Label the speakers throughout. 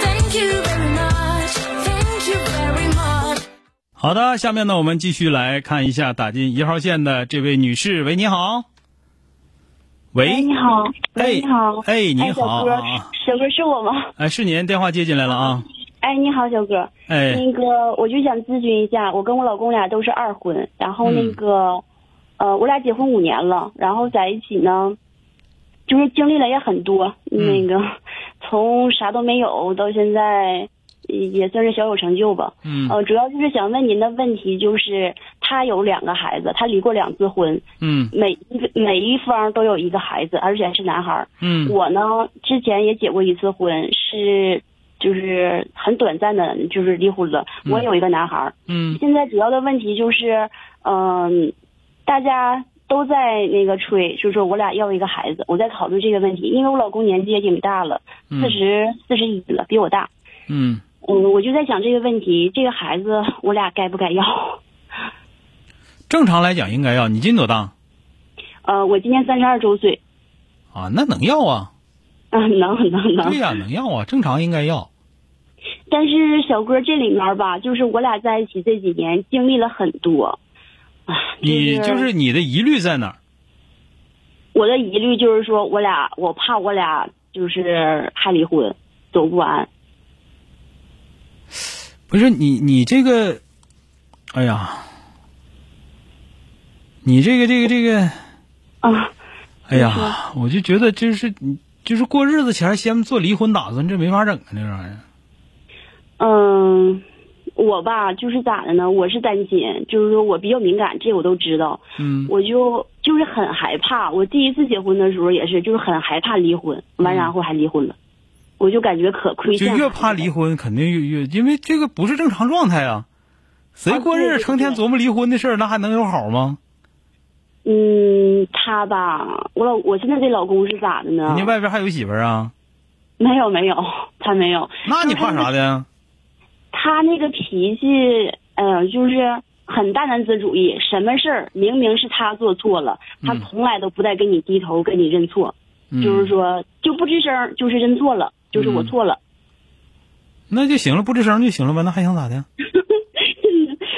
Speaker 1: Thank you very much. Thank you very much.
Speaker 2: 好的，下面呢，我们继续来看一下打进一号线的这位女士。喂，你好。
Speaker 3: 喂，
Speaker 2: 喂，
Speaker 3: 你好，喂，你好，
Speaker 2: 哎哎你
Speaker 3: 哎
Speaker 2: 好
Speaker 3: 小哥
Speaker 2: 啊，
Speaker 3: 小哥是我吗？
Speaker 2: 哎，是您电话接进来了啊？
Speaker 3: 哎，你好，小哥，
Speaker 2: 哎，
Speaker 3: 那个我就想咨询一下，我跟我老公俩都是二婚，然后
Speaker 2: 嗯
Speaker 3: 那个，呃，我俩结婚五年了，然后在一起呢，就是经历了也很多，
Speaker 2: 嗯
Speaker 3: 那个从啥都没有到现在，也也算是小有成就吧。
Speaker 2: 嗯
Speaker 3: 呃，主要就是想问您的问题，就是他有两个孩子，他离过两次婚，
Speaker 2: 嗯
Speaker 3: 每一个每一方都有一个孩子，而且还是男孩儿。
Speaker 2: 嗯
Speaker 3: 我呢，之前也结过一次婚，是就是很短暂的，就是离婚了。
Speaker 2: 嗯
Speaker 3: 我有一个男孩儿，
Speaker 2: 嗯
Speaker 3: 现在主要的问题就是，嗯、大家都在那个吹，就说我俩要一个孩子，我在考虑这个问题，因为我老公年纪也挺大了，
Speaker 2: 嗯
Speaker 3: 四十四十一了，比我大。
Speaker 2: 嗯，
Speaker 3: 嗯，我就在想这个问题，这个孩子我俩该不该要？
Speaker 2: 正常来讲应该要。你今多大
Speaker 3: 呃，我今年三十二周岁，
Speaker 2: 啊？那能要啊？
Speaker 3: 啊，能能能
Speaker 2: 对。呀、能要啊，正常应该要。
Speaker 3: 但是小哥这里面吧，就是我俩在一起这几年经历了很多，啊，
Speaker 2: 你就是你的疑虑在哪儿？
Speaker 3: 我的疑虑就是说我俩，我怕我俩就是还离婚，走不完。
Speaker 2: 不是你你这个，哎呀，你这个这个这个，
Speaker 3: 啊，
Speaker 2: 哎呀，我就觉得就是你就是过日子前先做离婚打算，这没法整啊，这玩意儿。
Speaker 3: 嗯，我吧就是咋的呢？我是单亲，就是说我比较敏感，这我都知道。
Speaker 2: 嗯
Speaker 3: 我就就是很害怕。我第一次结婚的时候也是，就是很害怕离婚，完然后还离婚了，我就感觉可亏
Speaker 2: 嗯就
Speaker 3: 欠。
Speaker 2: 越怕离。婚，肯定越越，因为这个不是正常状态啊。谁
Speaker 3: 啊
Speaker 2: 过日
Speaker 3: 对
Speaker 2: 子
Speaker 3: 对
Speaker 2: 成天
Speaker 3: 对
Speaker 2: 琢磨离婚的事儿，那还能有好吗？
Speaker 3: 嗯，他吧，我老我现在这老公是咋的呢？
Speaker 2: 人家外边还有媳妇儿啊，
Speaker 3: 没有没有， 他没有。
Speaker 2: 那你
Speaker 3: 就是
Speaker 2: 怕啥的呀？
Speaker 3: 他那个脾气，呃，就是很大男子主义，什么事儿明明是他做错了，他
Speaker 2: 嗯
Speaker 3: 从来都不带跟你低头，跟你认错，
Speaker 2: 嗯
Speaker 3: 就是说就不吱声，就是认错了，就是我
Speaker 2: 嗯
Speaker 3: 错了，
Speaker 2: 那就行了，不吱声就行了呗，那还想咋的？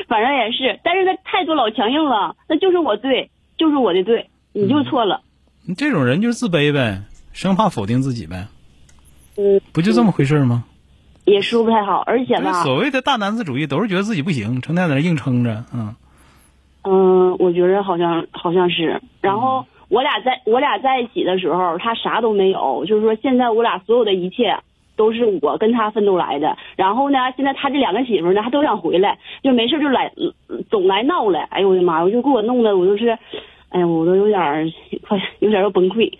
Speaker 3: 反正也是。但是他态度老强硬了，那就是我对，就是我的对，你
Speaker 2: 嗯
Speaker 3: 就错了。
Speaker 2: 你这种人就是自卑呗，生怕否定自己呗，
Speaker 3: 嗯，
Speaker 2: 不就这么回事儿吗？
Speaker 3: 也说不太好，而且吧，
Speaker 2: 所谓的大男子主义都是觉得自己不行，成天在那硬撑着，嗯
Speaker 3: 嗯，我觉着好像好像是。然
Speaker 2: 嗯
Speaker 3: 后我俩在我俩在一起的时候，他啥都没有，就是说现在我俩所有的一切都是我跟他奋斗来的。然后呢，现在他这两个媳妇儿呢，还都想回来，就没事就来呃总来闹来。哎呦我的妈呀，我就给我弄的，我就是，哎呀，我都有点儿快，有点儿要崩溃。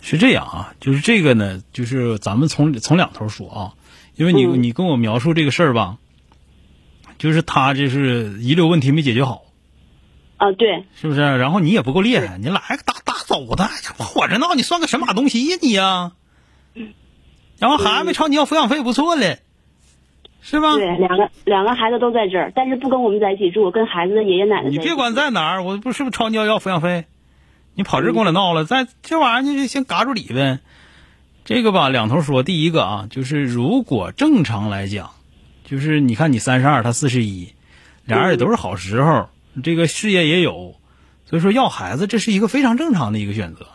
Speaker 2: 是这样啊，就是这个呢，就是咱们从从两头说啊，因为你、
Speaker 3: 嗯
Speaker 2: 你跟我描述这个事儿吧，就是他这是遗留问题没解决好，
Speaker 3: 啊，对，
Speaker 2: 是不是？然后你也不够厉害，你来个大大走的，哎呀火着闹，你算个神马东西呀你呀、
Speaker 3: 嗯
Speaker 2: 然后孩子没朝你要抚养费，不错嘞，是吧？
Speaker 3: 对，两个两个孩子都在这儿，但是不跟我们在一起住，跟孩子的爷爷奶奶在一
Speaker 2: 你
Speaker 3: 起。
Speaker 2: 别管在哪儿，我不是不是朝你要要抚养费，你跑这儿跟我俩闹了，在这玩意儿你就先嘎住理呗。这个吧，两头说。第一个啊，就是如果正常来讲，就是你看你三十二，他四十一，俩人也都是好时候，这个事业也有，所以说要孩子这是一个非常正常的一个选择。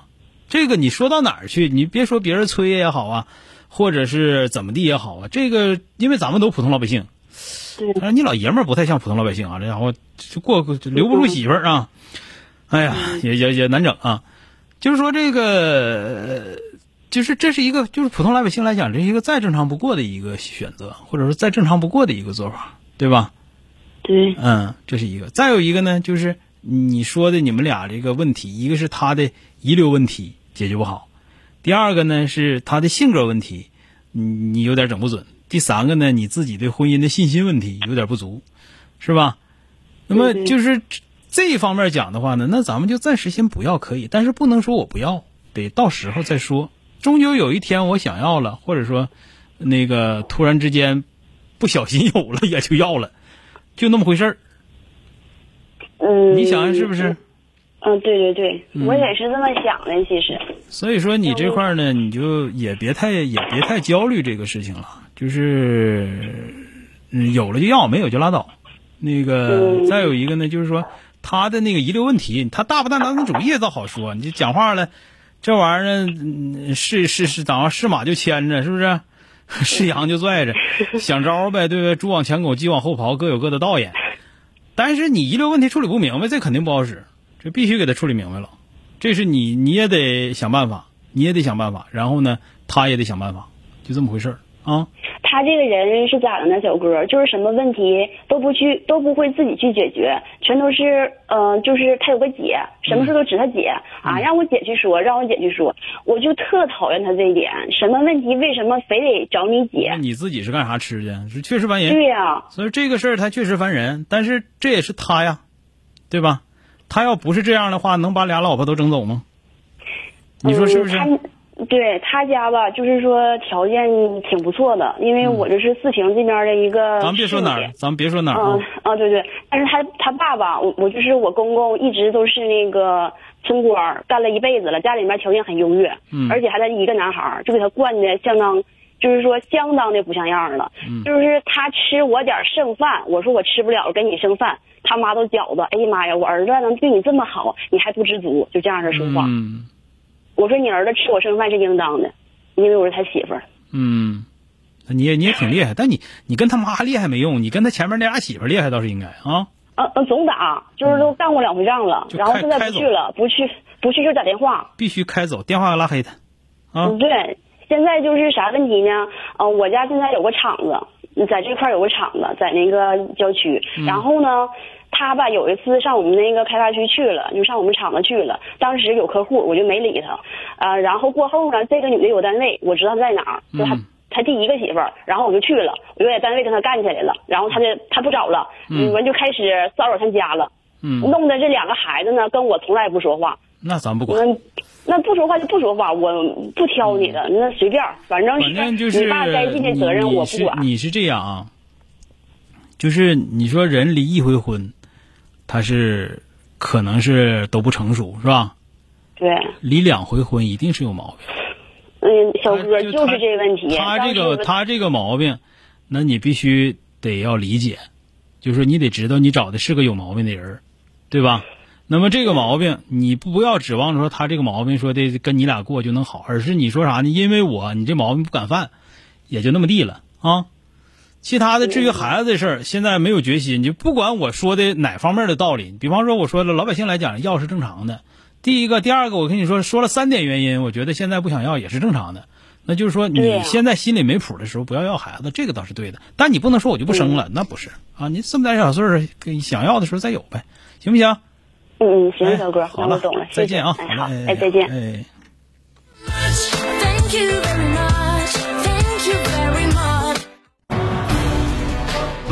Speaker 2: 这个你说到哪儿去？你别说别人催也好啊，或者是怎么地也好啊，这个因为咱们都普通老百姓，
Speaker 3: 对，
Speaker 2: 但是你老爷们儿不太像普通老百姓啊，这家伙就过就留不住媳妇儿啊，哎呀，也也也难整啊。就是说这个，呃就是这是一个，就是普通老百姓来讲，这是一个再正常不过的一个选择，或者说再正常不过的一个做法，对吧？
Speaker 3: 对，
Speaker 2: 嗯，这是一个。再有一个呢，就是你说的你们俩这个问题，一个是他的遗留问题解决不好，第二个呢是他的性格问题，你你有点整不准。第三个呢，你自己对婚姻的信心问题有点不足，是吧？那么
Speaker 3: 对对
Speaker 2: 就是这这方面讲的话呢，那咱们就暂时先不要可以，但是不能说我不要，得到时候再说。终究有一天我想要了，或者说那个突然之间不小心有了也就要了，就那么回事儿。
Speaker 3: 嗯，
Speaker 2: 你想想是不是？
Speaker 3: 嗯，对对对，我也是这么想的，其实。
Speaker 2: 所以说你这块儿呢，你就也别太也别太焦虑这个事情了，就是嗯有了就要，没有就拉倒。那个再有一个呢，就是说他的那个遗留问题，他大不大男子主义倒好说，你就讲话了，这玩意儿嗯是是是，咋样是马就牵着，是不是？ 是羊就拽着，想招儿呗，对不对？猪往前拱，鸡往后刨，各有各的道也。但是你遗留问题处理不明白，这肯定不好使，这必须给他处理明白了。这是你你也得想办法，你也得想办法，然后呢，他也得想办法，就这么回事儿啊。
Speaker 3: 他这个人是咋的呢，小哥？就是什么问题都不去，都不会自己去解决，全都是，嗯、就是他有个姐，什么事都指他姐、
Speaker 2: 嗯
Speaker 3: 啊，让我姐去说，让我姐去说，我就特讨厌他这一点。什么问题为什么非得找你姐
Speaker 2: 那？你自己是干啥吃的？是确实烦人，
Speaker 3: 对呀、
Speaker 2: 所以这个事儿他确实烦人，但是这也是他呀，对吧？他要不是这样的话，能把俩老婆都整走吗？你说是不是？
Speaker 3: 嗯他对他家吧，就是说条件挺不错的，因为我这是四平这边的一个。
Speaker 2: 嗯咱别说哪儿，。咱别说哪儿啊
Speaker 3: 嗯。啊，对对，但是他他爸爸，我我就是我公公，一直都是那个村官儿，干了一辈子了，家里面条件很优越，
Speaker 2: 嗯
Speaker 3: 而且还带一个男孩儿，就给他惯的相当，就是说相当的不像样儿了，
Speaker 2: 嗯
Speaker 3: 就是他吃我点儿剩饭，我说我吃不了，跟你剩饭，他妈都觉得，哎呀妈呀，我儿子能对你这么好，你还不知足，就这样式儿说话，
Speaker 2: 嗯
Speaker 3: 我说你儿子吃我剩饭是应当的，因为我是他媳妇儿，
Speaker 2: 嗯，你也你也挺厉害，但你你跟他妈厉害没用，你跟他前面那俩媳妇儿厉害倒是应该啊。
Speaker 3: 嗯嗯，总打，就是都干过两回仗了，
Speaker 2: 就
Speaker 3: 然后
Speaker 2: 开
Speaker 3: 现在
Speaker 2: 开
Speaker 3: 不
Speaker 2: 走
Speaker 3: 去了，不去不去就打电话。
Speaker 2: 必须开走，电话拉黑他啊。
Speaker 3: 嗯，对，现在就是啥问题呢？呃，我家现在有个厂子，在这块儿有个厂子，在那个郊区。
Speaker 2: 嗯
Speaker 3: 然后呢，他吧有一次上我们那个开发区去了，就上我们厂子去了。当时有客户，我就没理他。呃，然后过后呢，这个女的有单位，我知道她在哪儿，就她。
Speaker 2: 嗯
Speaker 3: 她第一个媳妇儿，然后我就去了，我就在单位跟她干起来了，然后她就她不找了，
Speaker 2: 嗯
Speaker 3: 你们就开始骚扰她家了，
Speaker 2: 嗯，
Speaker 3: 弄得这两个孩子呢跟我从来不说话，
Speaker 2: 那咱不管。
Speaker 3: 那嗯那不说话就不说话，我不挑你的，那随便儿，反正
Speaker 2: 嗯反正就是
Speaker 3: 你爸该尽的责任
Speaker 2: 你
Speaker 3: 我
Speaker 2: 你
Speaker 3: 不
Speaker 2: 是
Speaker 3: 管。
Speaker 2: 你是这样啊，就是你说人离一回婚，他是可能是都不成熟是吧？
Speaker 3: 对，
Speaker 2: 离两回婚一定是有毛病。
Speaker 3: 嗯，小
Speaker 2: 他
Speaker 3: 哥
Speaker 2: 就
Speaker 3: 就
Speaker 2: 他
Speaker 3: 是这个问题。
Speaker 2: 他这
Speaker 3: 当时我
Speaker 2: 个他这个毛病，那你必须得要理解，就是你得知道你找的是个有毛病的人儿，对吧？那么这个毛病，你不不要指望着说他这个毛病说的跟你俩过就能好，而是你说啥呢？因为我你这毛病不敢犯，也就那么地了啊。其他的至于孩子的事儿，现在没有决心，你就不管我说的哪方面的道理，比方说我说了，老百姓来讲要是正常的，第一个、第二个，我跟你说说了三点原因，我觉得现在不想要也是正常的。那就是说，
Speaker 3: 对
Speaker 2: 你
Speaker 3: 呀
Speaker 2: 现在心里没谱的时候，不要要孩子，这个倒是对的。但你不能说我就不生
Speaker 3: 嗯
Speaker 2: 了，那不是啊？你这么点小岁数，跟想要的时候再有呗，行不行？
Speaker 3: 嗯嗯，行，
Speaker 2: 哎
Speaker 3: 小哥，
Speaker 2: 好
Speaker 3: 那我
Speaker 2: 了
Speaker 3: 懂了，，谢
Speaker 2: 再
Speaker 3: 谢
Speaker 2: 见啊！
Speaker 3: 哎，
Speaker 2: 好
Speaker 3: 好
Speaker 2: 嘞，
Speaker 3: 哎，再见。
Speaker 2: 哎。
Speaker 1: Thank you very much. Thank you very much.